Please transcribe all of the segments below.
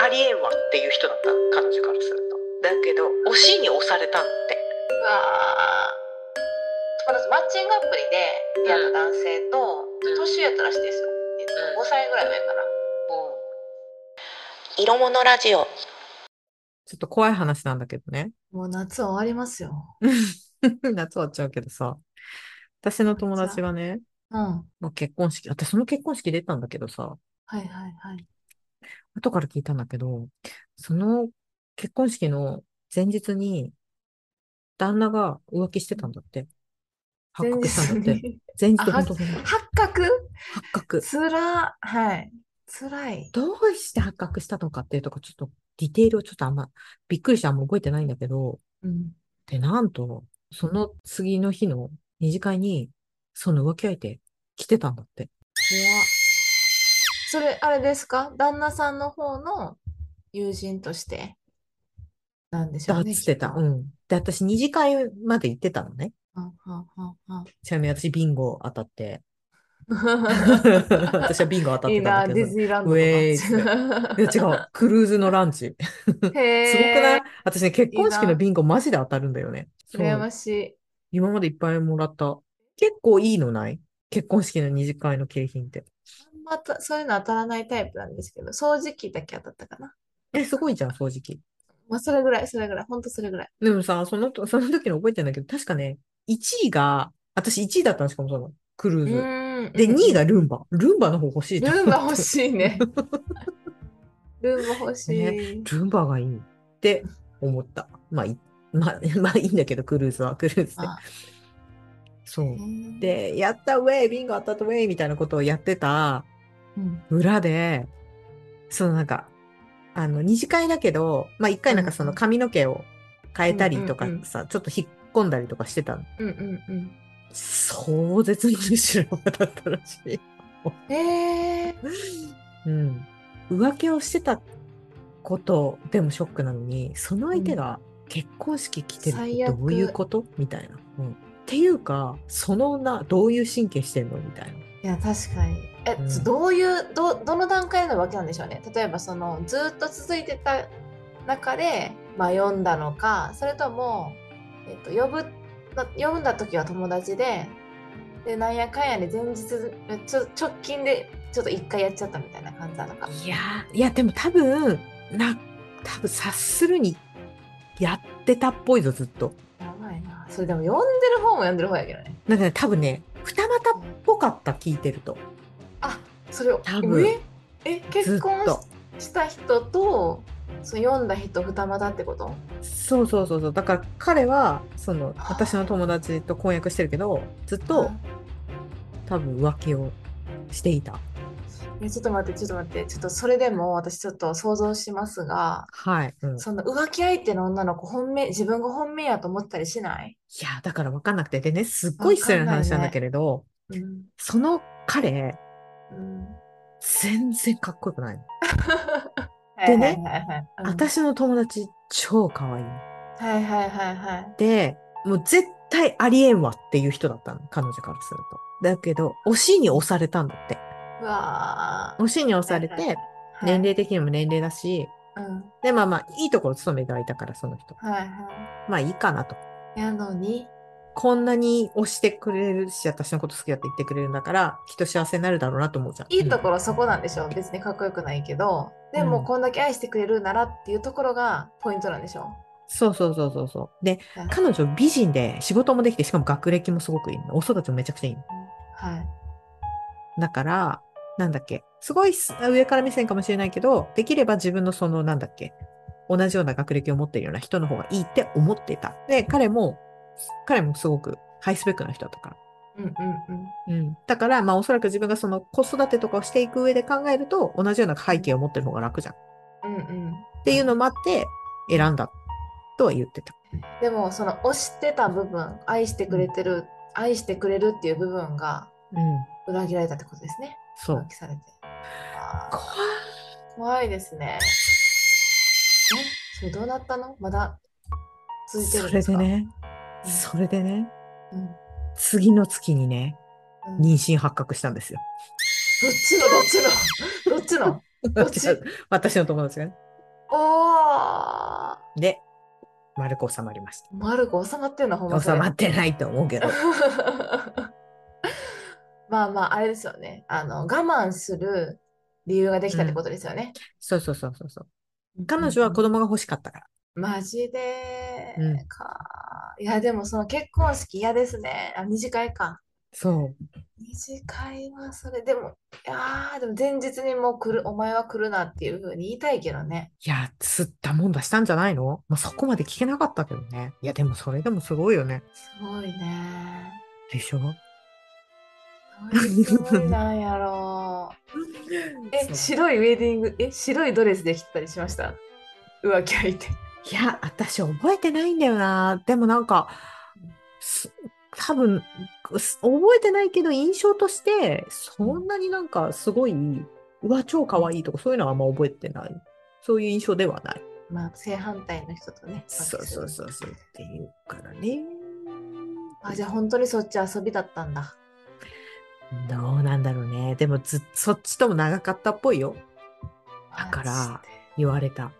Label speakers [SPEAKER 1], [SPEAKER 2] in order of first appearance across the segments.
[SPEAKER 1] ありえんわっていう人だった彼女からするとだけど推しに押されたんだって
[SPEAKER 2] うわー友達マッチングアプリで出会った男性と、
[SPEAKER 1] うん
[SPEAKER 2] 年上やったらしいですよ、えっ
[SPEAKER 1] う
[SPEAKER 2] と
[SPEAKER 1] ん
[SPEAKER 2] 5歳ぐらい上かな
[SPEAKER 1] 色物ラジオ
[SPEAKER 3] ちょっと怖い話なんだけどね。
[SPEAKER 2] もう夏終わりますよ
[SPEAKER 3] 夏終わっちゃうけどさ。私の友達がね、
[SPEAKER 2] うんは
[SPEAKER 3] もう結婚式、私その結婚式出たんだけどさ、
[SPEAKER 2] いはいはい
[SPEAKER 3] 後から聞いたんだけど、その結婚式の前日に、旦那が浮気してたんだって。発覚したんだって。
[SPEAKER 2] に
[SPEAKER 3] 前日、
[SPEAKER 2] あ
[SPEAKER 3] 本当発
[SPEAKER 2] 発覚
[SPEAKER 3] 覚。
[SPEAKER 2] つらはいつらい
[SPEAKER 3] どうして発覚したのかっていうとこ、ちょっとディテールをちょっとあんま、びっくりしてあんま覚えてないんだけど、
[SPEAKER 2] うん
[SPEAKER 3] で、なんと、その次の日の二次会に、その浮気相手来てたんだって。
[SPEAKER 2] 怖っそれあれですか旦那さんの方の友人としてなんでしょ
[SPEAKER 3] だ
[SPEAKER 2] う
[SPEAKER 3] っ
[SPEAKER 2] ね
[SPEAKER 3] つってた。
[SPEAKER 2] きっと
[SPEAKER 3] うん。で、私二次会まで行ってたのね。
[SPEAKER 2] はんはんはんはん
[SPEAKER 3] ちなみに私ビンゴ当た って。
[SPEAKER 2] い
[SPEAKER 3] 私はビンゴ当たっ
[SPEAKER 2] い
[SPEAKER 3] てた
[SPEAKER 2] な、
[SPEAKER 3] んだ
[SPEAKER 2] デ
[SPEAKER 3] け
[SPEAKER 2] ィ
[SPEAKER 3] ど。
[SPEAKER 2] ズニーランド
[SPEAKER 3] ウ
[SPEAKER 2] とか。
[SPEAKER 3] ェいや違う。クルーズのランチ。
[SPEAKER 2] へー
[SPEAKER 3] すごくない私ね、結婚式
[SPEAKER 2] いい
[SPEAKER 3] の
[SPEAKER 2] な
[SPEAKER 3] ビンゴマジで当たるんだよね。そう
[SPEAKER 2] 羨ましい。
[SPEAKER 3] 今までいっぱいもらった。結構いいのない結婚式の二次会の景品って。
[SPEAKER 2] あんまた、そういうの当たらないタイプなんですけど、掃除機だけ当たったかな。
[SPEAKER 3] え、すごいじゃん、掃除機。
[SPEAKER 2] まあ、それぐらい、それぐらい、ほんとそれぐらい。
[SPEAKER 3] でもさ、そのと、その時の覚えてんだけど、確かね、1位が、私1位だったの、しかもその、クル
[SPEAKER 2] う
[SPEAKER 3] ーズ。
[SPEAKER 2] ーん。
[SPEAKER 3] で、2位がルンバ。ルンバの方欲しいと思
[SPEAKER 2] ル
[SPEAKER 3] っ
[SPEAKER 2] ン
[SPEAKER 3] て
[SPEAKER 2] バ欲しいね。ルンバ欲しい。
[SPEAKER 3] ルンバがいいって思った。まあ、いまあ、 まあいいんだけど、クルーズはクルーズで
[SPEAKER 2] あ。
[SPEAKER 3] そう。で、やったウェイビンゴ当たったウェイみたいなことをやってた
[SPEAKER 2] うん、
[SPEAKER 3] 裏で、そのなんか、あの、二次会だけど、まあ一回なんかその髪の毛を変えたりとか
[SPEAKER 2] うんうんうん
[SPEAKER 3] さ、ちょっと引っ込んだりとかしてたの
[SPEAKER 2] うん、うん、
[SPEAKER 3] 壮絶に修羅場だったらしい。
[SPEAKER 2] うん。えー、
[SPEAKER 3] うん。浮気をしてたことでもショックなのに、その相手が結婚式来てるっ
[SPEAKER 2] 最
[SPEAKER 3] て
[SPEAKER 2] 悪
[SPEAKER 3] どういうことみたいな。うん。っていうか、その女、どういう神経してんのみたいな。
[SPEAKER 2] いや、確かに。え、
[SPEAKER 3] うん
[SPEAKER 2] そどういう、ど、どの段階のわけなんでしょうね。例えば、その、ずーっと続いてた中で、まあ、読んだのか、それとも、えっと、呼ぶ、な読んだ時は友達で、で、なんやかんやで、前日、えちょ直近で、ちょっと一回やっちゃったみたいな感じなのか。
[SPEAKER 3] いやー、いや、でも多分、な、多分察するにやってたっぽいぞ、ずっと。
[SPEAKER 2] やばいな。それでも、読んでる方も読んでる方やけどね。
[SPEAKER 3] なんかね、多分ね、二股っぽかった、聞いてると。
[SPEAKER 2] あ、それを、
[SPEAKER 3] 多分
[SPEAKER 2] え、え、結婚
[SPEAKER 3] ずっと
[SPEAKER 2] しした人と、その読んだ人二股ってこと
[SPEAKER 3] そうそうそうそうだから彼はその
[SPEAKER 2] あー
[SPEAKER 3] 私の友達と婚約してるけどずっと多分浮気をしていた
[SPEAKER 2] えちょっと待って、ちょっと待って、ちょっとそれでも私ちょっと想像しますが、
[SPEAKER 3] はい、うん、い
[SPEAKER 2] その浮気相手の女の子、本命、自分が本命やと思ったりしない
[SPEAKER 3] やだから分かんなくてでねすっごい失礼な話なんだけれど、
[SPEAKER 2] うん。
[SPEAKER 3] その彼
[SPEAKER 2] うん、
[SPEAKER 3] 全然かっこよくないの、
[SPEAKER 2] はい
[SPEAKER 3] ね
[SPEAKER 2] はいはいはい。うん
[SPEAKER 3] 私の友達超可愛い
[SPEAKER 2] はいはいはいはい。
[SPEAKER 3] でもう絶対ありえんわっていう人だったの彼女からするとだけど推しに押されたんだって
[SPEAKER 2] うわー
[SPEAKER 3] 推しに押され
[SPEAKER 2] はいはい
[SPEAKER 3] て年齢的にも年齢だし
[SPEAKER 2] はいうん。
[SPEAKER 3] でまあまあいいところ勤めてはいたからその人
[SPEAKER 2] はいは
[SPEAKER 3] まあいいかなと。
[SPEAKER 2] い。やのに、
[SPEAKER 3] こんなに押してくれるし、私のこと好きだって言ってくれるんだから、きっと幸せになるだろうなと思うじゃん。
[SPEAKER 2] いいとこ
[SPEAKER 3] ろ。
[SPEAKER 2] ろそこなんでしょう。別にかっこよくないけど、で
[SPEAKER 3] う
[SPEAKER 2] も
[SPEAKER 3] ん
[SPEAKER 2] こんだけ愛してくれるならっていうところがポイントなんでしょ
[SPEAKER 3] そうそうそうそうそう。で、
[SPEAKER 2] うん
[SPEAKER 3] 彼女美人で仕事もできて、しかも学歴もすごくいいの。お育ちもめちゃくちゃいいの。
[SPEAKER 2] う。はい。
[SPEAKER 3] だから、なんだっけ。すごいす上から目線かもしれないけど、できれば自分のその、なんだっけ。同じような学歴を持っているような人の方がいいって思ってた。で、彼も、彼もすごくハイスペックな人だったから。
[SPEAKER 2] うんうんうん。
[SPEAKER 3] うん、だから、まあ、おそらく自分がその子育てとかをしていく上で考えると、同じような背景を持ってる方が楽じゃん。っ
[SPEAKER 2] うんうん。
[SPEAKER 3] ていうのもあって、選んだとは言ってた。
[SPEAKER 2] でもその推してた部分愛してくれてる愛してくれるっていう部分が
[SPEAKER 3] うん。
[SPEAKER 2] 裏切られたってことですね
[SPEAKER 3] そ
[SPEAKER 2] 浮
[SPEAKER 3] う。
[SPEAKER 2] 気されてあー怖いですねえそれどうなったのまだ続いて
[SPEAKER 3] そ
[SPEAKER 2] るん
[SPEAKER 3] れ
[SPEAKER 2] です
[SPEAKER 3] で
[SPEAKER 2] か
[SPEAKER 3] ね、
[SPEAKER 2] うん
[SPEAKER 3] それでね、
[SPEAKER 2] うん
[SPEAKER 3] 次の月にね、
[SPEAKER 2] うん
[SPEAKER 3] 妊娠発覚したんですよ。
[SPEAKER 2] どっちのどっちのどっちのどっち
[SPEAKER 3] 私の友達がね。
[SPEAKER 2] おー
[SPEAKER 3] で、丸く収まりました。
[SPEAKER 2] 丸く収まってるのほんまそ
[SPEAKER 3] 収
[SPEAKER 2] れ
[SPEAKER 3] まってないと思うけど。
[SPEAKER 2] まあまあ、あれですよね。あの、我慢する理由ができたってことですよね。
[SPEAKER 3] そうそうそうそうそう。彼女は子
[SPEAKER 2] の。
[SPEAKER 3] 供が欲しかったから。
[SPEAKER 2] マジで
[SPEAKER 3] うん
[SPEAKER 2] か。いや、でもその結婚式嫌ですね。あ、二次会か。
[SPEAKER 3] そう。
[SPEAKER 2] 二次会はそれ、でも、いやーでも前日にもう来る、お前は来るなっていうふうに言いたいけどね。
[SPEAKER 3] いや、釣ったもんだしたんじゃないのまあ、そこまで聞けなかったけどね。いや、でもそれでもすごいよね。
[SPEAKER 2] すごいね。
[SPEAKER 3] でしょ
[SPEAKER 2] すごいなんやろう。え、
[SPEAKER 3] そう
[SPEAKER 2] 白いウェディング、え、白いドレスできたりしました浮気相手。
[SPEAKER 3] いや、私覚えてないんだよな。でもなんか、す多分、す覚えてないけど印象として、そんなになんかすごい、うわ、超可愛いとか、そういうのはあんま覚えてない。そういう印象ではない。
[SPEAKER 2] まあ、正反対の人とね。
[SPEAKER 3] そうそうそうそうっていうからね。
[SPEAKER 2] あ、じゃあ本当にそっち遊びだったんだ。
[SPEAKER 3] どうなんだろうね。でもず、そっちとも長かったっぽいよ。だから
[SPEAKER 2] マジで
[SPEAKER 3] 言われた。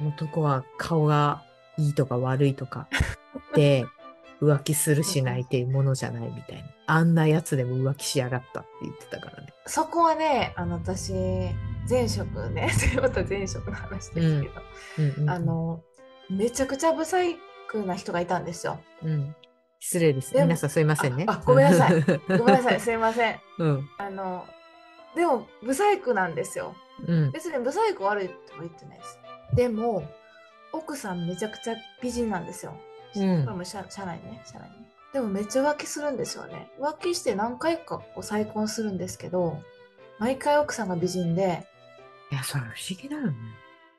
[SPEAKER 3] 男は顔がいいとか悪いとかで浮気するしないっていうものじゃないみたいな。あんなやつでも浮気しやがったって言ってたからね。
[SPEAKER 2] そこはね、あの、私、前職ね、 また前職の話ですけど、
[SPEAKER 3] うんうんうん
[SPEAKER 2] あ、の、めちゃくちゃ不細工な人がいたんですよ。
[SPEAKER 3] うん、失礼です。
[SPEAKER 2] でも
[SPEAKER 3] 皆さんすいませんね。
[SPEAKER 2] ああごめんなさい
[SPEAKER 3] ご
[SPEAKER 2] ごめんな さい、。すいません。
[SPEAKER 3] うん。
[SPEAKER 2] あの、でも、不細工なんですよ。
[SPEAKER 3] うん。
[SPEAKER 2] 別に不細工悪いとは言ってないです。でも、奥さんめちゃくちゃ美人なんですよ。
[SPEAKER 3] うん
[SPEAKER 2] これも社社内ね、社内ね。でもめっちゃ浮気するんですよね。浮気して何回かこう再婚するんですけど、毎回奥さんが美人で、
[SPEAKER 3] いや、それ不思議だよね。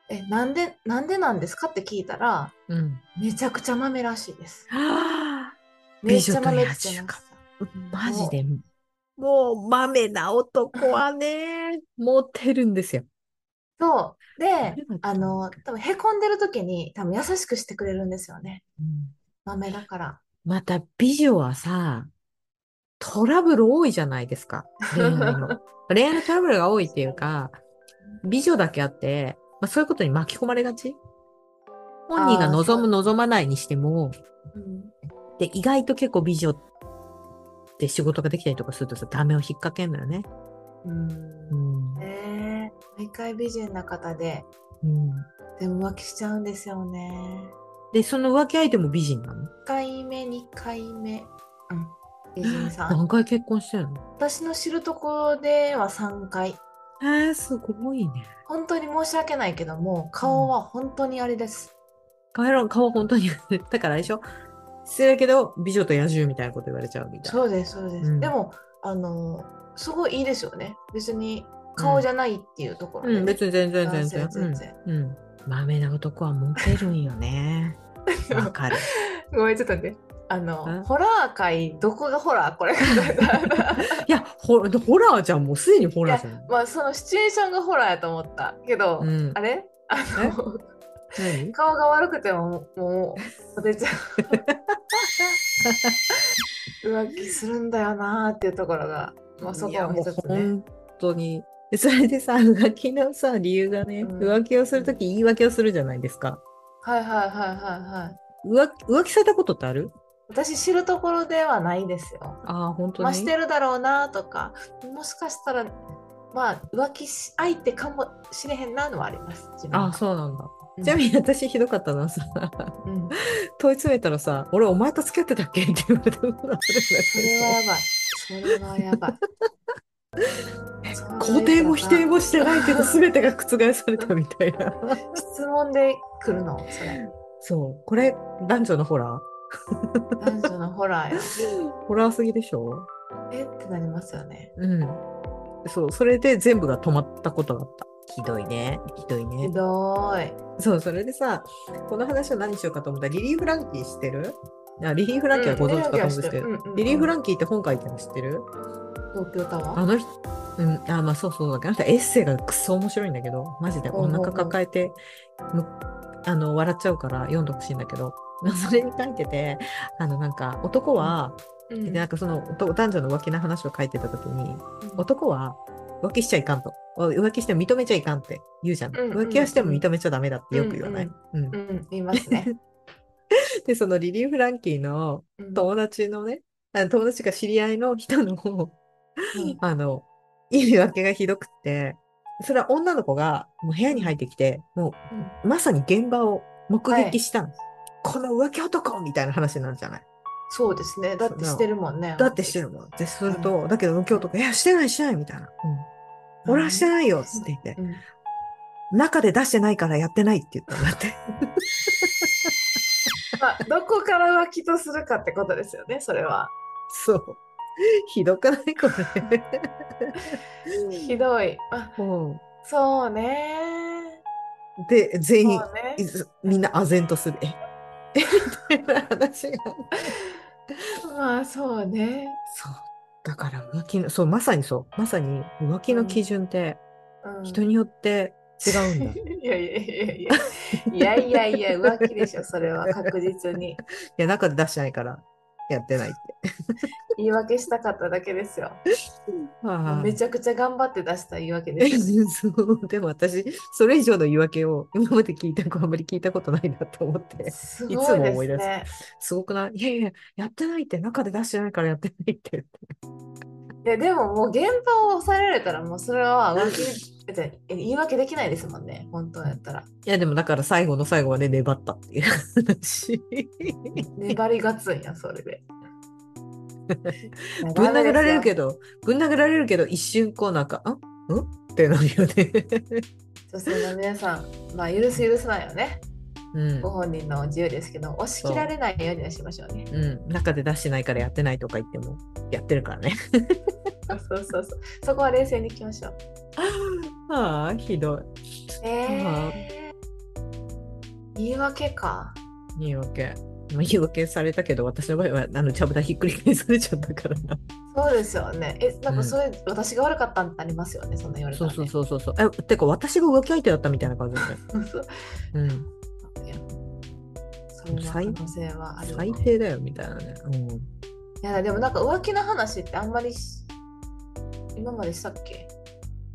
[SPEAKER 2] え、なんで、なんでなんですかって聞いたら、
[SPEAKER 3] うん。
[SPEAKER 2] めちゃくちゃ豆らしいです。
[SPEAKER 3] はあ、
[SPEAKER 2] めっちゃ豆って言って
[SPEAKER 3] 美女と野獣
[SPEAKER 2] ま
[SPEAKER 3] か
[SPEAKER 2] した。
[SPEAKER 3] マジで。もう、豆な男はね、モテるんですよ。
[SPEAKER 2] そう。で
[SPEAKER 3] 豆だっ、た
[SPEAKER 2] あの、多分へこんでる時に多分優しくしてくれるんですよね。
[SPEAKER 3] うん
[SPEAKER 2] 豆だから。
[SPEAKER 3] また美女はさ、トラブル多いじゃないですか。恋愛の。恋愛のトラブルが多いっていうか、美女だけあって、まあ、そういうことに巻き込まれがち。本人が望む望まないにしても、
[SPEAKER 2] うん
[SPEAKER 3] で、意外と結構美女で仕事ができたりとかするとさ、ダメを引っ掛けんのよね。
[SPEAKER 2] うん
[SPEAKER 3] うん。
[SPEAKER 2] ねえ毎回美人な方で、
[SPEAKER 3] うん、
[SPEAKER 2] でも浮気しちゃうんですよね。
[SPEAKER 3] で、その浮気相手も美人なの
[SPEAKER 2] 1回目、2回目、うん、美人さ ん。
[SPEAKER 3] 何回結婚してるの
[SPEAKER 2] 私の知るところでは3回。
[SPEAKER 3] えー、すごいね。
[SPEAKER 2] 本当に申し訳ないけども、顔は本当にあれです。
[SPEAKER 3] カエロン顔本当に、 だからあれでしょ失礼だけど、美女と野獣みたいなこと言われちゃうみたいな。
[SPEAKER 2] そうです、そうです。
[SPEAKER 3] うん
[SPEAKER 2] でも、あの、すごいいいですよね。別に顔じゃないっていうところでね、
[SPEAKER 3] うん、別に全然全然
[SPEAKER 2] 男。性全然
[SPEAKER 3] うん。うん豆な男はモテるんよね。 わかる。
[SPEAKER 2] ごめん、ちょっと待って。あ
[SPEAKER 3] うん
[SPEAKER 2] の、ホラー界、どこがホラーこれ。
[SPEAKER 3] いや、ホホラーじゃん、もうすでにホラーじゃん。
[SPEAKER 2] まあ、そのシチュエーションがホラーやと思ったけど、
[SPEAKER 3] うん
[SPEAKER 2] あ。れあの、
[SPEAKER 3] 何
[SPEAKER 2] 顔が悪くても、もう、モテちゃ う。浮気するんだよなーっていうところが、まあ、そ
[SPEAKER 3] い
[SPEAKER 2] こ
[SPEAKER 3] や
[SPEAKER 2] も
[SPEAKER 3] もう
[SPEAKER 2] 一つね。
[SPEAKER 3] 本当に。でそれでさ、浮気のさ、理由がね、
[SPEAKER 2] うん
[SPEAKER 3] 浮気をするとき言い訳をするじゃないですか。
[SPEAKER 2] はいはいはいはいはい。
[SPEAKER 3] 浮気浮気されたことってある
[SPEAKER 2] 私、知るところではないですよ。
[SPEAKER 3] ああ、本当に。
[SPEAKER 2] まあ、してるだろうなとか、もしかしたら、まあ、浮気し相手かもしれへんなのはあります。自分
[SPEAKER 3] あ
[SPEAKER 2] は
[SPEAKER 3] あ、そうなんだ。
[SPEAKER 2] うん
[SPEAKER 3] ちなみに私ひどかったのはさ、
[SPEAKER 2] うん
[SPEAKER 3] 問い詰めたらさ、俺お前と付き合ってたっけって言われたことあるんだ
[SPEAKER 2] それは
[SPEAKER 3] け
[SPEAKER 2] やばい。それはやばい。
[SPEAKER 3] ど、 肯定も否定
[SPEAKER 2] も
[SPEAKER 3] もしてないけど、全てが覆されたみたいな。
[SPEAKER 2] 質問で来るの、それ。
[SPEAKER 3] そう、これ男女のホラ
[SPEAKER 2] 男女の ホラーよ。
[SPEAKER 3] ーホラーすぎでしょ
[SPEAKER 2] えってなりますよね。
[SPEAKER 3] うん。そう、それで全部が止まったことだった。ひどいね。ひどい
[SPEAKER 2] ひ
[SPEAKER 3] ね。
[SPEAKER 2] どーい。
[SPEAKER 3] そう、それでさ、この話を何しようかと思ったら、リリー・フランキー知ってるあリリー・フランキーはご存知かと思うんですけど、リリー・フラ
[SPEAKER 2] ン
[SPEAKER 3] ンキーって本書いてるの知ってる
[SPEAKER 2] 東京タワ
[SPEAKER 3] あ
[SPEAKER 2] ー。
[SPEAKER 3] の人、うん、あ、まあそうそうだけど、あの人エッセイがくそ面白いんだけど、マジで
[SPEAKER 2] ほうほ
[SPEAKER 3] お
[SPEAKER 2] うほう
[SPEAKER 3] 腹抱えて、むあの、笑っちゃうから読んでほしいんだけど、 まあそれに書いてて、あの、なんか男は、
[SPEAKER 2] うん
[SPEAKER 3] でなんかその男男女の浮気な話を書いてた時に、男は浮気しちゃいかんと。浮気しても認めちゃいかんって言うじゃん。
[SPEAKER 2] うんうんうん
[SPEAKER 3] 浮気はしても認めちゃダメだってよく 言わない。うん
[SPEAKER 2] うん、言いますね。
[SPEAKER 3] で、そのリリー・フランキーの
[SPEAKER 2] うん
[SPEAKER 3] 友達のね、あ友達が知り合いの人の、
[SPEAKER 2] うん
[SPEAKER 3] あの、言い訳がひどくって、それは女の子がもう部屋に入ってきて、もうまさに現場を目撃したの。この浮気男みたいな話になるじゃない。
[SPEAKER 2] そうですね。だってしてるもんね。
[SPEAKER 3] だってしてるもん。で、すると、だけど、右京とか、いや、してない、してない、みたいな。うん、俺はしてないよ、つって言って、
[SPEAKER 2] うん。
[SPEAKER 3] 中で出してないからやってないって言ったんだ って。
[SPEAKER 2] まあ、どこから浮気とするかってことですよね、それは。
[SPEAKER 3] そう。ひどくないこれ。
[SPEAKER 2] ひどい。あ
[SPEAKER 3] うん
[SPEAKER 2] そうね。
[SPEAKER 3] で、
[SPEAKER 2] そ
[SPEAKER 3] 全員、
[SPEAKER 2] うね
[SPEAKER 3] い。ずみんな唖然とする。ええみたいな話が。
[SPEAKER 2] まあ、そうね。
[SPEAKER 3] そう。だから浮気の、そう、まさにそう。まさに浮気の基準って
[SPEAKER 2] うん
[SPEAKER 3] 人によって違うんだ。い
[SPEAKER 2] いやいやいやいやいやいやいや浮気でしょそれは確実に
[SPEAKER 3] や、中で出してないからやって ないって。
[SPEAKER 2] 言い訳したかっただけですよ
[SPEAKER 3] ああ
[SPEAKER 2] めちゃくちゃ頑張って出した言い訳で
[SPEAKER 3] え
[SPEAKER 2] すよ
[SPEAKER 3] そうでも私、それ以上の言い訳を今まで聞いた子あんまり聞いたことないなと思 って、
[SPEAKER 2] す
[SPEAKER 3] い
[SPEAKER 2] ご
[SPEAKER 3] つ
[SPEAKER 2] い
[SPEAKER 3] も
[SPEAKER 2] で
[SPEAKER 3] 思い
[SPEAKER 2] す
[SPEAKER 3] 出す
[SPEAKER 2] ね
[SPEAKER 3] すごくないいやいや、やってないって、中で出してないからやってないって言って。
[SPEAKER 2] いやでももう現場を抑えられたらもうそれは浮気別に言い訳できないですもんね本当だっ たら
[SPEAKER 3] いや、でもだから最後の最後まで粘ったっていう 話。
[SPEAKER 2] 粘りがつんやそれで
[SPEAKER 3] ぶん殴られる
[SPEAKER 2] ど
[SPEAKER 3] けど、ぶん殴られるけど、一瞬こうなんか、んんってなるよね。
[SPEAKER 2] 女性の皆さんまあ許す許さないよね
[SPEAKER 3] うん
[SPEAKER 2] ご。本人の自由ですけど押し切られないようにはしましょうね
[SPEAKER 3] うん。中で出してないからやってないとか言っても、やってるからね。
[SPEAKER 2] そうそうそうそうそこは冷静にいきましょう
[SPEAKER 3] ああ、ひどい。
[SPEAKER 2] えー、言い訳か。
[SPEAKER 3] 言い訳。まあ、言い訳されたけど、私の場合は、あの、ちゃぶ台ひっくり返されちゃったからな。
[SPEAKER 2] そうですよね。え、なん
[SPEAKER 3] う
[SPEAKER 2] か
[SPEAKER 3] ん
[SPEAKER 2] それ、私が悪かったんってありますよね、そんな言われた
[SPEAKER 3] そ
[SPEAKER 2] ら、
[SPEAKER 3] う
[SPEAKER 2] ね。
[SPEAKER 3] そうそうそうそう。え、てか私が浮気相手だったみたいな感じだね。
[SPEAKER 2] そうそう。
[SPEAKER 3] うん。
[SPEAKER 2] いやそれは可能性はあるよね、
[SPEAKER 3] 最低だよみたいなね。うん。
[SPEAKER 2] いや、でもなんか浮気の話ってあんまりし今までしたっけ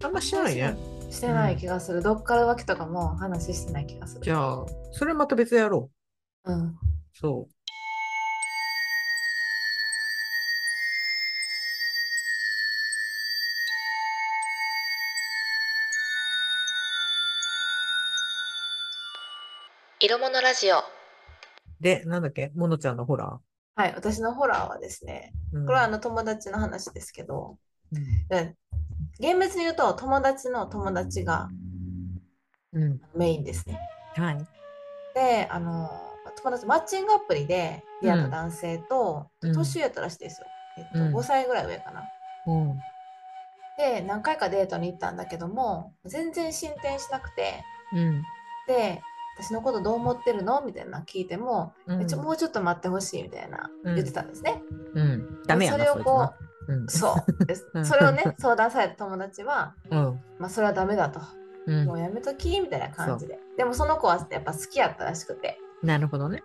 [SPEAKER 3] あんま知らないね。
[SPEAKER 2] してない気がする、どっから浮気とかも話してない気がする。
[SPEAKER 3] じゃあ、それまた別でやろう。
[SPEAKER 2] うん。
[SPEAKER 3] そう。
[SPEAKER 1] 色物ラジオ
[SPEAKER 3] で、なんだっけ、モノちゃんのホラ
[SPEAKER 2] はい、私のホラーはですね、
[SPEAKER 3] ー。うん
[SPEAKER 2] これはあの友達の話ですけど、
[SPEAKER 3] う
[SPEAKER 2] うん厳密に言うと友達の友達が
[SPEAKER 3] ん。うん
[SPEAKER 2] メインですね。
[SPEAKER 3] はい。
[SPEAKER 2] であの友達マッチングアプリで出会った男性と、
[SPEAKER 3] うん
[SPEAKER 2] 年上やったらしいですよ、え
[SPEAKER 3] う
[SPEAKER 2] っ
[SPEAKER 3] ん
[SPEAKER 2] と、5歳ぐらい上かな。
[SPEAKER 3] うん。
[SPEAKER 2] で何回かデートに行ったんだけども全然進展しなくて
[SPEAKER 3] うん。
[SPEAKER 2] で私のことどう思ってるのみたいなの聞いても、
[SPEAKER 3] うん
[SPEAKER 2] ちょもうちょっと待ってほしいみたいな
[SPEAKER 3] うん
[SPEAKER 2] 言ってたんですね。
[SPEAKER 3] うん。ダメやな、
[SPEAKER 2] でそ
[SPEAKER 3] そ
[SPEAKER 2] れ
[SPEAKER 3] いつな
[SPEAKER 2] をこ
[SPEAKER 3] うん
[SPEAKER 2] う。そうです
[SPEAKER 3] うん
[SPEAKER 2] それをね相談された友達は、
[SPEAKER 3] うん。
[SPEAKER 2] まあ、それはダメだと、
[SPEAKER 3] うん
[SPEAKER 2] もうやめときみたいな感じででもその子はやっぱ好きやったらしくて
[SPEAKER 3] なるほどね。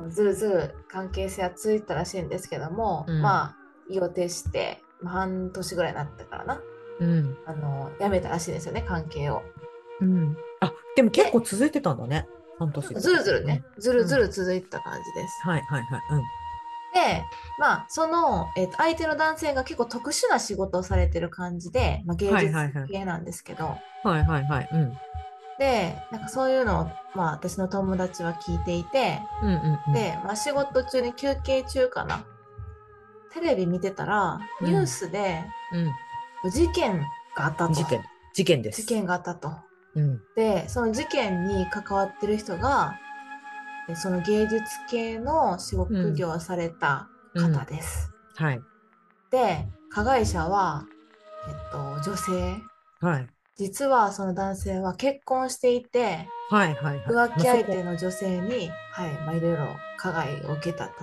[SPEAKER 3] うん。
[SPEAKER 2] ずるずる関係性はついたらしいんですけども、
[SPEAKER 3] うん
[SPEAKER 2] まあ予定してまあ半年ぐらいになったからな
[SPEAKER 3] うん。
[SPEAKER 2] あの辞めたらしいんですよね関係を
[SPEAKER 3] うん。あ、でも結構続いてたんだね。半年。
[SPEAKER 2] ずるずるね。ずるずる続いてた感じです、
[SPEAKER 3] はいはいはい。
[SPEAKER 2] でまあその、えっと相手の男性が結構特殊な仕事をされてる感じで、まあ、芸
[SPEAKER 3] はいはいはい
[SPEAKER 2] 術系なんですけど、
[SPEAKER 3] うん。はいはいはい。うん。
[SPEAKER 2] でなんかそういうのを、まあ、私の友達は聞いていて
[SPEAKER 3] うんうんうん。
[SPEAKER 2] で、まあ、仕事中に休憩中かなテレビ見てたら
[SPEAKER 3] うん
[SPEAKER 2] ニュースで、
[SPEAKER 3] うん。
[SPEAKER 2] 事件があったと
[SPEAKER 3] 事件。事件です。
[SPEAKER 2] 事件があったと
[SPEAKER 3] うん。
[SPEAKER 2] でその事件に関わってる人がえその芸術系の仕事業をされた
[SPEAKER 3] うん
[SPEAKER 2] 方です、
[SPEAKER 3] はい。
[SPEAKER 2] で加害者は、えっと、女性
[SPEAKER 3] はい。
[SPEAKER 2] 実はその男性は結婚していて
[SPEAKER 3] はいはいはい。
[SPEAKER 2] 浮気相手の女性に、はいまあ、いろいろ加害を受けたと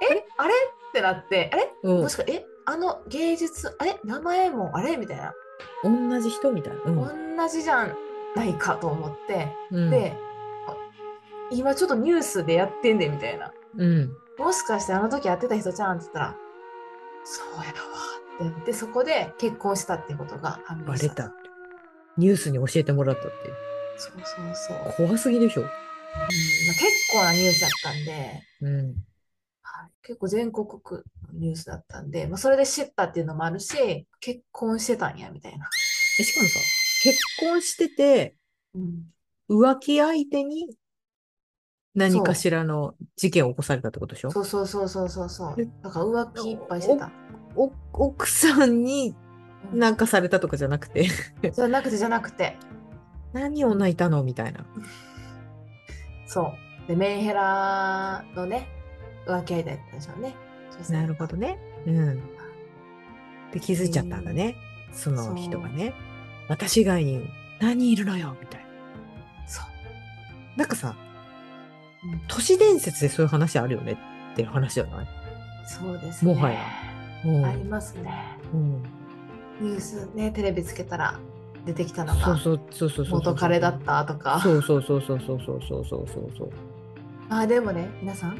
[SPEAKER 2] えあれってなってあれ
[SPEAKER 3] うん
[SPEAKER 2] もしかえあの芸術あれ名前もあれみたいな
[SPEAKER 3] 同じ人みたいな。うん
[SPEAKER 2] 同じじゃないかと思って、
[SPEAKER 3] うん、
[SPEAKER 2] であ今ちょっとニュースでやってんでみたいな
[SPEAKER 3] うん。
[SPEAKER 2] もしかしてあの時やってた人じゃんって言ったらそうやわってやってそこで結婚したっていうことが判明
[SPEAKER 3] バ
[SPEAKER 2] し
[SPEAKER 3] レ
[SPEAKER 2] た
[SPEAKER 3] た。ニュースに教えてもらったって。
[SPEAKER 2] そうそうそう、うんまあ、
[SPEAKER 3] 怖すぎでしょ。
[SPEAKER 2] 結構なニュースだったんで、
[SPEAKER 3] うん。
[SPEAKER 2] はい、結構全国区のニュースだったんで、まあ、それで知ったっていうのもあるし結婚してたんやみたいな、
[SPEAKER 3] え、しかもさ、結婚してて、
[SPEAKER 2] うん、
[SPEAKER 3] 浮気相手に何かしらの事件を起こされたってことでしょ
[SPEAKER 2] そうそうそうそうそうそう
[SPEAKER 3] え
[SPEAKER 2] だから浮気いっぱいしてた
[SPEAKER 3] お奥さんに
[SPEAKER 2] うん
[SPEAKER 3] なんかされたとかじゃなくて、
[SPEAKER 2] じゃなくてじゃなくて
[SPEAKER 3] 何を泣いたのみたいな。
[SPEAKER 2] そうでメンヘラのね浮気相手だったでしょうね女性が
[SPEAKER 3] なるほどね。うん。で、気づいちゃったんだね。その人がね。私以外に何人いるのよみたいな。
[SPEAKER 2] そう
[SPEAKER 3] なんかさ
[SPEAKER 2] うん、
[SPEAKER 3] 都市伝説でそういう話あるよねっていう話じゃない
[SPEAKER 2] そうですね
[SPEAKER 3] もはやう
[SPEAKER 2] あり
[SPEAKER 3] ん。
[SPEAKER 2] ますね
[SPEAKER 3] うん、
[SPEAKER 2] ニュースねテレビつけたら出てきたの
[SPEAKER 3] そう
[SPEAKER 2] が
[SPEAKER 3] そうそうそうそう。
[SPEAKER 2] 元彼だったとか
[SPEAKER 3] そうそうそうそうそうそうそうそうそうそう。
[SPEAKER 2] あでもね皆さん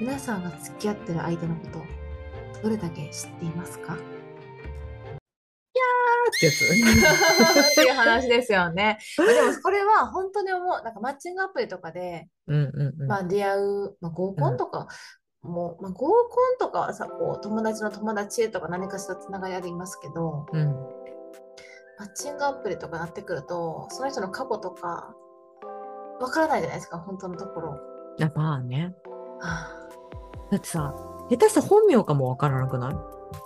[SPEAKER 2] 皆さんが付き合ってる相手のことどれだけ知っていますかっ
[SPEAKER 3] ってやつ。
[SPEAKER 2] ていう話ですよね。まあ でもこれは本当に思うなんかマッチングアプリとかで、
[SPEAKER 3] うんうんうん。
[SPEAKER 2] まあ、出会う、まあ、合コンとか、もう、まあ、合コンとかはさこう友達の友達へとか何かしらつながりありますけど
[SPEAKER 3] うん。
[SPEAKER 2] マッチングアプリとかなってくるとその人の過去とかわからないじゃないですか本当のところ。
[SPEAKER 3] あまあね。
[SPEAKER 2] は
[SPEAKER 3] だってさ、下手したら本名かもわからなくない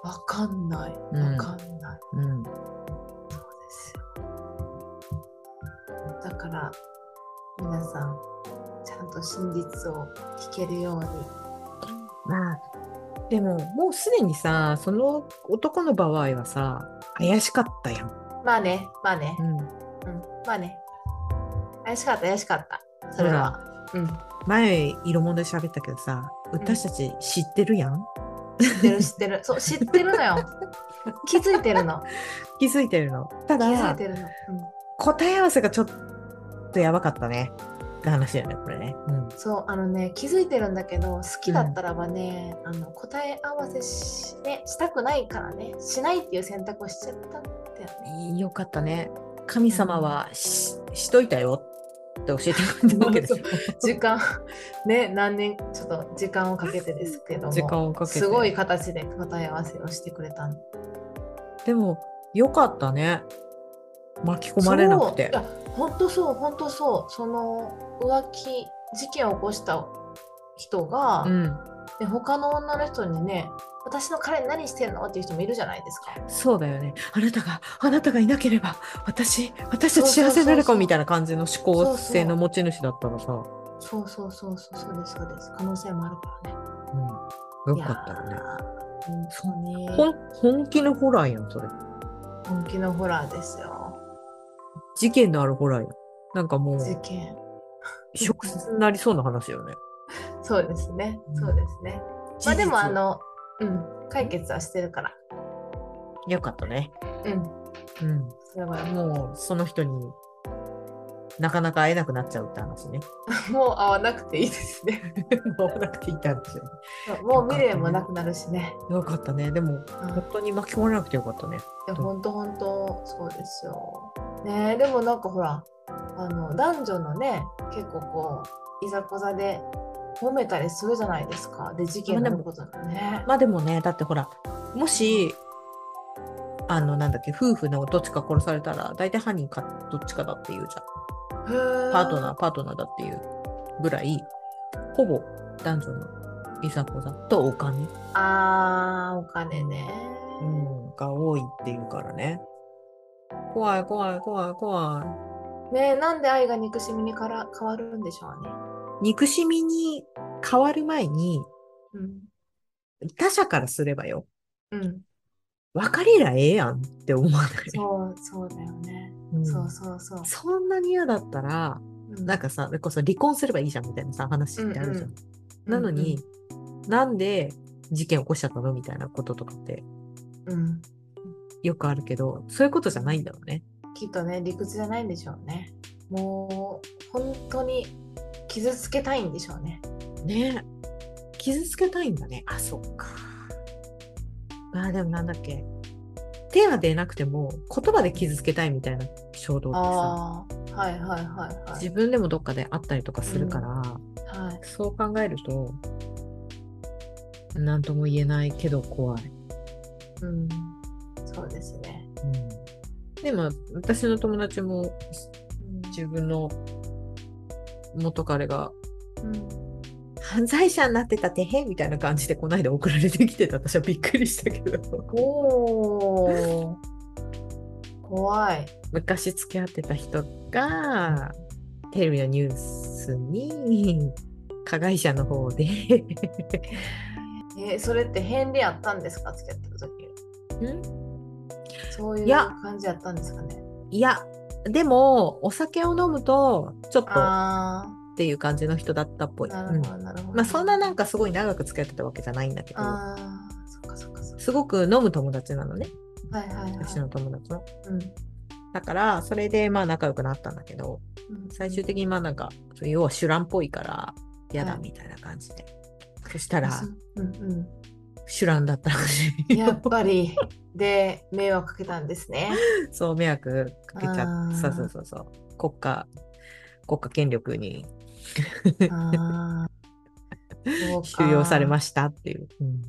[SPEAKER 2] あわかんない
[SPEAKER 3] うん
[SPEAKER 2] わかんない。
[SPEAKER 3] うん。
[SPEAKER 2] ですよだから皆さんちゃんと真実を聞けるように
[SPEAKER 3] まあ、でも、もうすでにさ、その男の場合はさ、怪しかったやん。
[SPEAKER 2] まあねまあね
[SPEAKER 3] う、ん。
[SPEAKER 2] うん、まあね怪しかった怪しかったそれはうん
[SPEAKER 3] 前、色物で喋ったけどさ、私たち知ってるやん、
[SPEAKER 2] 知ってる知ってるそう知ってるの よ気づいてるの
[SPEAKER 3] 気づいてるの。た
[SPEAKER 2] 気づ
[SPEAKER 3] だ
[SPEAKER 2] い、てるの、うん、
[SPEAKER 3] 答え合わせがちょっとやばかったね。って話だよね、これね。うん。
[SPEAKER 2] そうあのね気づいてるんだけど好きだったらばね、あの答え合わせし,、ね、したくないからねしないっていう選択をしちゃった んだよね
[SPEAKER 3] よかったね。神様はし,、しといたよって教えてくれたわ けですよ。
[SPEAKER 2] 時間ね何年ちょっと時間をかけてですけども
[SPEAKER 3] 時間をかけて。
[SPEAKER 2] すごい形で答え合わせをしてくれたんで
[SPEAKER 3] でも、よかったね。巻き込まれなくて。
[SPEAKER 2] そういや本当そう本当そうその浮気事件を起こした人が、
[SPEAKER 3] うん。
[SPEAKER 2] で他の女の人にね私の彼に何してんのっていう人もいるじゃないですか
[SPEAKER 3] そうだよね。あなたが、あなたがいなければ、私、私た
[SPEAKER 2] そ
[SPEAKER 3] ち
[SPEAKER 2] うそうそうそう
[SPEAKER 3] 幸せになるかもみたいな感じの思考性の持ち主だったらさ、う
[SPEAKER 2] そうそうそうそうそうですそうです可能性もあるからね
[SPEAKER 3] ん、よかったよ
[SPEAKER 2] いや
[SPEAKER 3] ね。
[SPEAKER 2] ー本当に
[SPEAKER 3] ほん本気のホラーやん、それ。
[SPEAKER 2] 本気のホラーですよ
[SPEAKER 3] 事件のあるホラーやん。なんかもう、
[SPEAKER 2] 事件
[SPEAKER 3] 食説になりそうな話よね。
[SPEAKER 2] そうですね
[SPEAKER 3] うん
[SPEAKER 2] そうですね、まあでもあ
[SPEAKER 3] 事実を、
[SPEAKER 2] の、うん、解決はしてるから、
[SPEAKER 3] よかったね。
[SPEAKER 2] うん、
[SPEAKER 3] うん。
[SPEAKER 2] それは
[SPEAKER 3] もう、その人になかなか会えなくなっちゃうって話 ね。
[SPEAKER 2] もう会わなくていいで すね。
[SPEAKER 3] 会わなくていいって話よね。
[SPEAKER 2] もう未練もなくなるしね。
[SPEAKER 3] よかったね。でも、
[SPEAKER 2] うん、い
[SPEAKER 3] 本当に巻き込まれなくてよかったね。
[SPEAKER 2] や本当本当そうですよ。ねえでもなんかほらあの男女のね結構こういざこざで揉めたりするじゃないですか。で事件
[SPEAKER 3] まあで
[SPEAKER 2] の
[SPEAKER 3] も
[SPEAKER 2] ことだね。
[SPEAKER 3] まあでもね、だってほら、もし、あの、なんだっけ、夫婦のどっちか殺されたら、大体犯人かどっちかだっていうじゃん。パ
[SPEAKER 2] パ
[SPEAKER 3] ートナー、パートナーだっていうぐらい、ほぼ男女のいざこざとお金、
[SPEAKER 2] あーお金ね。
[SPEAKER 3] うん、が多いっていうからね。怖い怖い怖い怖
[SPEAKER 2] ねえなんで愛が憎しみにから変わるんでしょうね。
[SPEAKER 3] い。憎しみに変わる前に、他者からすればよ、
[SPEAKER 2] うん、うん、
[SPEAKER 3] 別れりゃええやんって思わない。
[SPEAKER 2] そうそうだよね。
[SPEAKER 3] うん
[SPEAKER 2] そうそうそう。
[SPEAKER 3] そんなに嫌だったら、
[SPEAKER 2] うん
[SPEAKER 3] なんかさ、それこそ離婚すればいいじゃんみたいなさ、話ってあるじゃん。
[SPEAKER 2] うん
[SPEAKER 3] なのに、、なんで事件起こしちゃったのみたいなこととかって
[SPEAKER 2] うんうん、
[SPEAKER 3] よくあるけど、そういうことじゃないんだろうね。
[SPEAKER 2] きっとね理屈じゃないんでしょうねもう本当に傷つけたいんでしょうね
[SPEAKER 3] ねえ傷つけたいんだね。あ、そっか。あーでもなんだっけ手が出なくても言葉で傷つけたいみたいな衝動ってさ
[SPEAKER 2] ああはいはいはいはい
[SPEAKER 3] 自分でもどっかであったりとかするから、
[SPEAKER 2] はい
[SPEAKER 3] そう考えると何とも言えないけど怖い、
[SPEAKER 2] うんそうですね
[SPEAKER 3] うん、でも私の友達も自分の元彼が
[SPEAKER 2] うん
[SPEAKER 3] 犯罪者になってたてへみたいな感じでこの間送られてきてた私はびっくりしたけど
[SPEAKER 2] おお怖い
[SPEAKER 3] 昔付き合ってた人がテレビのニュースに加害者の方で
[SPEAKER 2] えそれって返礼あったんですか付き合ってる時そういう
[SPEAKER 3] いや
[SPEAKER 2] 感じやったんですかね
[SPEAKER 3] いやでもお酒を飲むとちょっとっ
[SPEAKER 2] あ
[SPEAKER 3] ていう感じの人だったっぽ
[SPEAKER 2] あ
[SPEAKER 3] い、
[SPEAKER 2] なるほ
[SPEAKER 3] う
[SPEAKER 2] どなるほど、
[SPEAKER 3] んまあそんななんかすごい長く付き合ってたわけじゃないんだけど
[SPEAKER 2] ああそっかそっかそっ
[SPEAKER 3] すごく飲む友達なのね
[SPEAKER 2] かはいはいは
[SPEAKER 3] うちの
[SPEAKER 2] い、
[SPEAKER 3] 友達の
[SPEAKER 2] うん
[SPEAKER 3] だからそれでまあ仲良くなったんだけど
[SPEAKER 2] うん、
[SPEAKER 3] 最終的にまあなんかそう要は酒乱っぽいから嫌だ
[SPEAKER 2] はい
[SPEAKER 3] みたいな感じで、そしたら
[SPEAKER 2] そううんうん
[SPEAKER 3] 酒乱だったらしい
[SPEAKER 2] やっぱり で迷惑かけたんで すね。
[SPEAKER 3] そう迷惑かけちゃ
[SPEAKER 2] あ
[SPEAKER 3] っ
[SPEAKER 2] ー
[SPEAKER 3] そうそうそうそう国家国家権力に
[SPEAKER 2] あーそうか
[SPEAKER 3] 収容されましたっていう、うん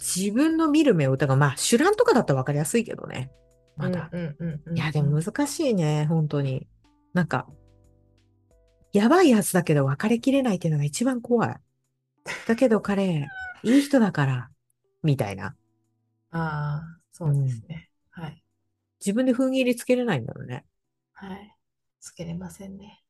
[SPEAKER 3] 自分の見る目を疑うまあ酒乱とかだったら分かりやすいけどねまだ、
[SPEAKER 2] うんうんうんうん、
[SPEAKER 3] いやでも難しいね本当になんかやばいやつだけど別れきれないっていうのが一番怖いだけど彼 いい人だからみたいな
[SPEAKER 2] ああそうですね、はい
[SPEAKER 3] 自分で踏ん切りつけれないんだろうね。
[SPEAKER 2] はいつけれませんね。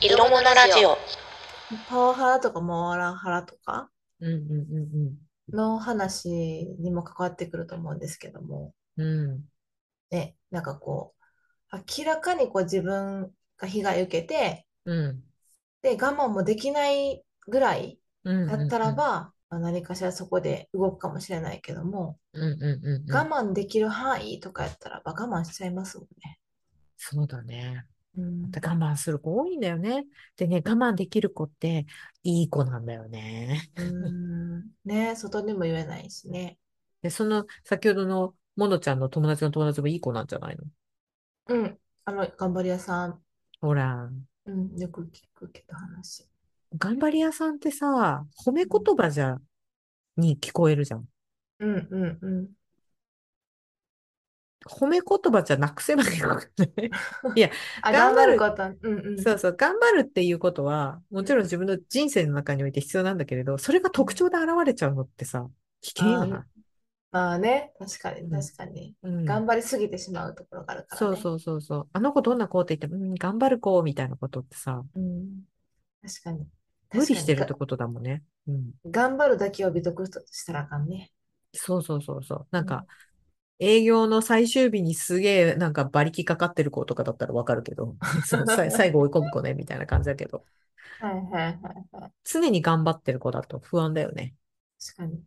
[SPEAKER 1] 色物ラジオ
[SPEAKER 2] パワハラとかモラハラとか
[SPEAKER 3] うんうん
[SPEAKER 2] の話にも関わってくると思うんですけども、
[SPEAKER 3] うんうん。うん。
[SPEAKER 2] ね、なんかこう明らかにこう自分が被害受けて
[SPEAKER 3] うん。
[SPEAKER 2] で我慢もできないぐらい
[SPEAKER 3] うんうん
[SPEAKER 2] だったら、ば、まあ何かしらそこで動くかもしれないけども、
[SPEAKER 3] うんうんうんうん、
[SPEAKER 2] 我慢できる範囲とかやったらば我慢しちゃいますもんね。
[SPEAKER 3] そうだね。
[SPEAKER 2] うん
[SPEAKER 3] だから我慢する子多いんだよね。でね、我慢できる子っていい子なんだよね。
[SPEAKER 2] うんね、外にも言えないしね。
[SPEAKER 3] で、その先ほどのモノちゃんの友達の友達もいい子なんじゃないの
[SPEAKER 2] うん、あの頑張り屋さん、
[SPEAKER 3] ほら、
[SPEAKER 2] うん、よく聞くけど話。
[SPEAKER 3] 頑張り屋さんってさ、褒め言葉じゃ、に聞こえるじゃん。
[SPEAKER 2] うんうんうん。
[SPEAKER 3] 褒め言葉じゃなくせばいいのかね。
[SPEAKER 2] あ、
[SPEAKER 3] 頑
[SPEAKER 2] 頑
[SPEAKER 3] 張
[SPEAKER 2] 張
[SPEAKER 3] る
[SPEAKER 2] ること。うんうん。
[SPEAKER 3] そうそう、頑張るっていうことは、もちろん自分の人生の中において必要なんだけれど、それが特徴で現れちゃうのってさ、危険よな。
[SPEAKER 2] まあね、確か
[SPEAKER 3] うん
[SPEAKER 2] に確かに。
[SPEAKER 3] うん、
[SPEAKER 2] 頑張りすぎてしまうところがあるから
[SPEAKER 3] そう
[SPEAKER 2] ね。
[SPEAKER 3] そうそうそう。あの子どんな子って言っても、うん、頑張る子みたいなことってさ、
[SPEAKER 2] うん。確かに。
[SPEAKER 3] 無理してるっ
[SPEAKER 2] 確
[SPEAKER 3] て
[SPEAKER 2] か
[SPEAKER 3] ことだもんね。うん。
[SPEAKER 2] にが頑張るだけを美徳としたらあかんね。
[SPEAKER 3] そうそうそうそう。なんか、営業の最終日にすげえ、なんか馬力かかってる子とかだったらわかるけど、 そうさい最後追い込む子ね、みたいな感じだけど、
[SPEAKER 2] はいはいはいはい。
[SPEAKER 3] 常に頑張ってる子だと不安だよね。
[SPEAKER 2] 確かに。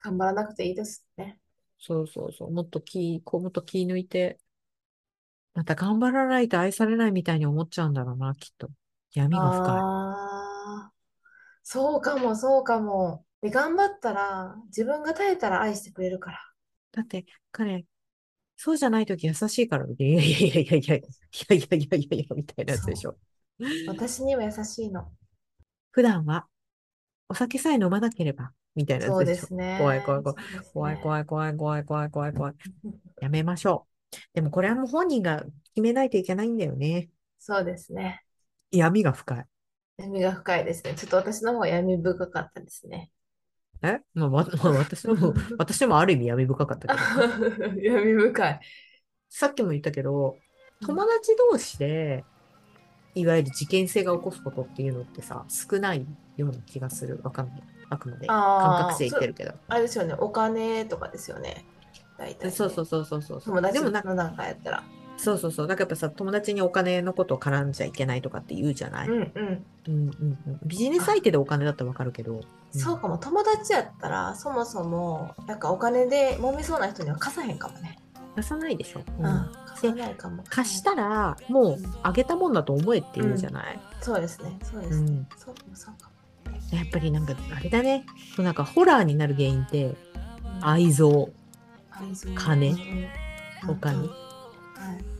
[SPEAKER 2] 頑張らなくていいですね。
[SPEAKER 3] そうそうそう。もっと気、こう、もっと気抜いて、また頑張らないと愛されないみたいに思っちゃうんだろうな、きっと。闇が深
[SPEAKER 2] ああ、そうかもそうかも。で、頑張ったら、自分が耐えたら愛してくれるから。
[SPEAKER 3] い。だって、彼、そうじゃないとき優しいから、いやいやいやいやいや、いやいやいやいやいや、みたいなやつでしょ。
[SPEAKER 2] 私には優しいの。
[SPEAKER 3] 普段は、お酒さえ飲まなければ、みたいなや
[SPEAKER 2] そう
[SPEAKER 3] つで
[SPEAKER 2] で
[SPEAKER 3] しょ。
[SPEAKER 2] すね。
[SPEAKER 3] 怖い怖い怖
[SPEAKER 2] い。
[SPEAKER 3] 怖い
[SPEAKER 2] い。
[SPEAKER 3] 怖い怖い怖い怖い怖い怖 い。やめましょう。でもこれはもう本人が決めないといけないんだよね。
[SPEAKER 2] そうですね。
[SPEAKER 3] 闇が深い。
[SPEAKER 2] 闇が深いですね。ちょっと私の方は闇深かったですね。
[SPEAKER 3] えまあ、わまあ私のも、 私のもある意味闇深かったけど。
[SPEAKER 2] 闇深い。
[SPEAKER 3] さっきも言ったけど、
[SPEAKER 2] うん
[SPEAKER 3] 友達同士で、いわゆる事件性が起こすことっていうのってさ、少ないような気がする。わかんない。あくまで。
[SPEAKER 2] あー
[SPEAKER 3] 感覚性言ってるけど。
[SPEAKER 2] あれですよね。お金とかですよね。大体ね
[SPEAKER 3] そうそうそうそうそう。
[SPEAKER 2] 友達
[SPEAKER 3] でもなんか、
[SPEAKER 2] のなんかやったら。
[SPEAKER 3] そうそうそう。なんかやっぱさ、友達にお金のことを絡んじゃいけないとかって言うじゃない、
[SPEAKER 2] うんうん。
[SPEAKER 3] うんうんうん、ビジネス相手でお金だったらわかるけど。
[SPEAKER 2] そうかも友達やったらそもそもなんかお金で揉めそうな人には貸さへんかもね。
[SPEAKER 3] 出さないでしょ。う
[SPEAKER 2] うんん、貸少ないかも。
[SPEAKER 3] 貸したら、もうあげたもんだと思えって言うじゃない。
[SPEAKER 2] そうですね。そうで
[SPEAKER 3] う
[SPEAKER 2] す
[SPEAKER 3] ん
[SPEAKER 2] ね。そうそうかも。
[SPEAKER 3] やっぱりなんか、あれだね。なんか、ホラーになる原因って、
[SPEAKER 2] うん
[SPEAKER 3] 愛憎。金
[SPEAKER 2] 金
[SPEAKER 3] お金
[SPEAKER 2] はい。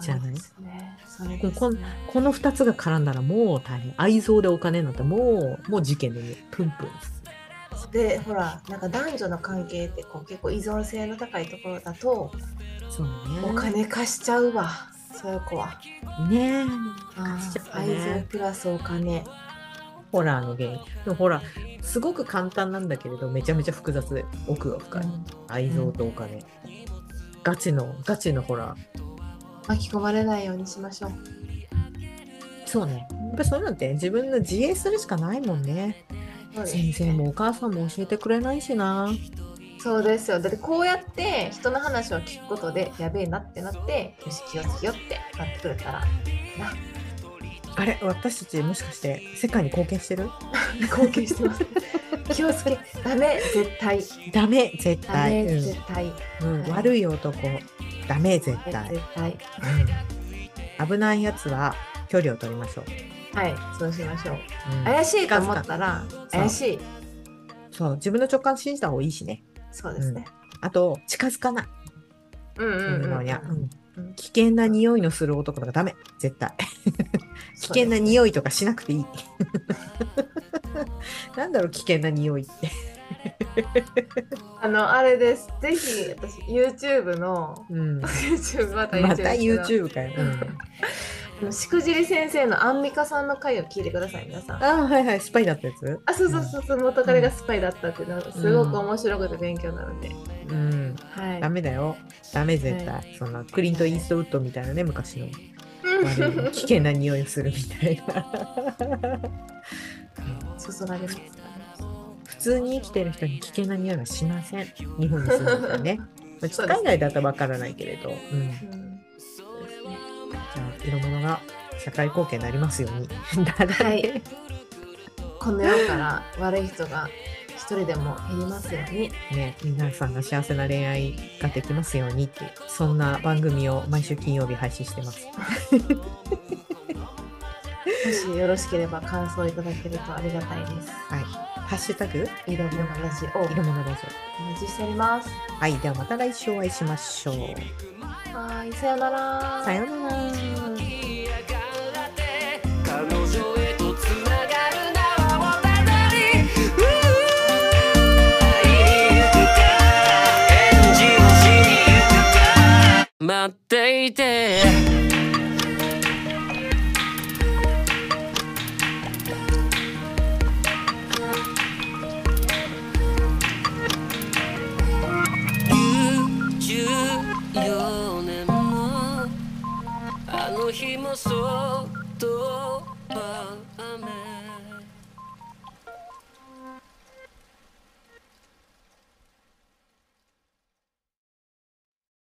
[SPEAKER 3] じゃない
[SPEAKER 2] そうですね。そうです
[SPEAKER 3] こ
[SPEAKER 2] ね
[SPEAKER 3] うこんこの2つが絡んだらもう大変。愛憎でお金になってもう、もう事件でねプンプンです。
[SPEAKER 2] でほらなんか男女の関係ってこう結構依存性の高いところだと
[SPEAKER 3] そうね。
[SPEAKER 2] お金貸しちゃうわそういう子は
[SPEAKER 3] ねえ。
[SPEAKER 2] 愛
[SPEAKER 3] 貸しちゃうね
[SPEAKER 2] 情プラスお金
[SPEAKER 3] ホラーの原因。でもほら、すごく簡単なんだけれど、めちゃめちゃ複雑で、奥が深い。愛憎とお金。ガチの、ガチのホラー。
[SPEAKER 2] 巻き込まれないようにしましょう
[SPEAKER 3] そうね。やっぱそういうのって自分の自衛するしかないもんね。
[SPEAKER 2] そうです
[SPEAKER 3] 先生もお母さんも教えてくれないしな。
[SPEAKER 2] そうですよだってこうやって人の話を聞くことでやべえなってなってよし気をつけようってなってくれたら
[SPEAKER 3] あれ私たちもしかして世界に貢献してる
[SPEAKER 2] 貢献してます 気をつけダメ絶対
[SPEAKER 3] ダメ絶
[SPEAKER 2] ダメ
[SPEAKER 3] 対、うん
[SPEAKER 2] 絶対
[SPEAKER 3] うん
[SPEAKER 2] はい
[SPEAKER 3] 悪い男ダメ絶
[SPEAKER 2] 絶
[SPEAKER 3] 対、
[SPEAKER 2] 対
[SPEAKER 3] うん危ないやつは距離を取りましょう、
[SPEAKER 2] はいそうしましょう
[SPEAKER 3] うん
[SPEAKER 2] 怪しいと思ったら怪しい
[SPEAKER 3] そう自分の直感信じた方がいいしね
[SPEAKER 2] そうですね
[SPEAKER 3] あと近づかない、
[SPEAKER 2] うんう
[SPEAKER 3] そうんいううんのにゃうん
[SPEAKER 2] うん
[SPEAKER 3] 危険な匂いのする男とかダメ絶対危険な匂いとかしなくていい なんだろう危険な匂いって、
[SPEAKER 2] あのあれです。ぜひ私 YouTube の
[SPEAKER 3] うん、ま
[SPEAKER 2] YouTube また YouTube
[SPEAKER 3] た YouTube かよ、うん
[SPEAKER 2] あのしくじり先生のアンミカさんの回を聞いてください皆さん。
[SPEAKER 3] ああはいはいスパイだったやつ
[SPEAKER 2] あそうそうそうそう元彼がスパイだったっていうのがすごく面白くて勉強になるんで。
[SPEAKER 3] うん
[SPEAKER 2] はい
[SPEAKER 3] ダ。メだよダメ絶対、
[SPEAKER 2] は
[SPEAKER 3] そんなクリント・イーストウッドみたいなね昔の
[SPEAKER 2] う
[SPEAKER 3] 悪い
[SPEAKER 2] ん
[SPEAKER 3] 危険な匂いをするみたいな
[SPEAKER 2] そそられます。
[SPEAKER 3] 普通に生きてる人に危険な匂いはしません日本に住んでたら ねまあちょっと海外だったらわからないけれど、うん、じ
[SPEAKER 2] うん
[SPEAKER 3] ゃあ色物が社会貢献になりますように だだ
[SPEAKER 2] は
[SPEAKER 3] ね
[SPEAKER 2] いこの世から悪い人が一人でも減りますように。
[SPEAKER 3] ね、皆さんが幸せな恋愛ができますようにっていうそんな番組を毎週金曜日配信してます
[SPEAKER 2] もしよろしければ感想いただけるとありがたいです。
[SPEAKER 3] はいハッシュタグ
[SPEAKER 2] いろんな話をお
[SPEAKER 3] 色物ラジ
[SPEAKER 2] 待ちしております。
[SPEAKER 3] オはいではまた来週お会いしましょう
[SPEAKER 2] はーい、さよなら。
[SPEAKER 3] さようなら
[SPEAKER 4] 「嫌がられ彼女へとつながるのはただに」「愛に行くから返事をしに行くから」「待っていて」「94年も」あの日もそっと雨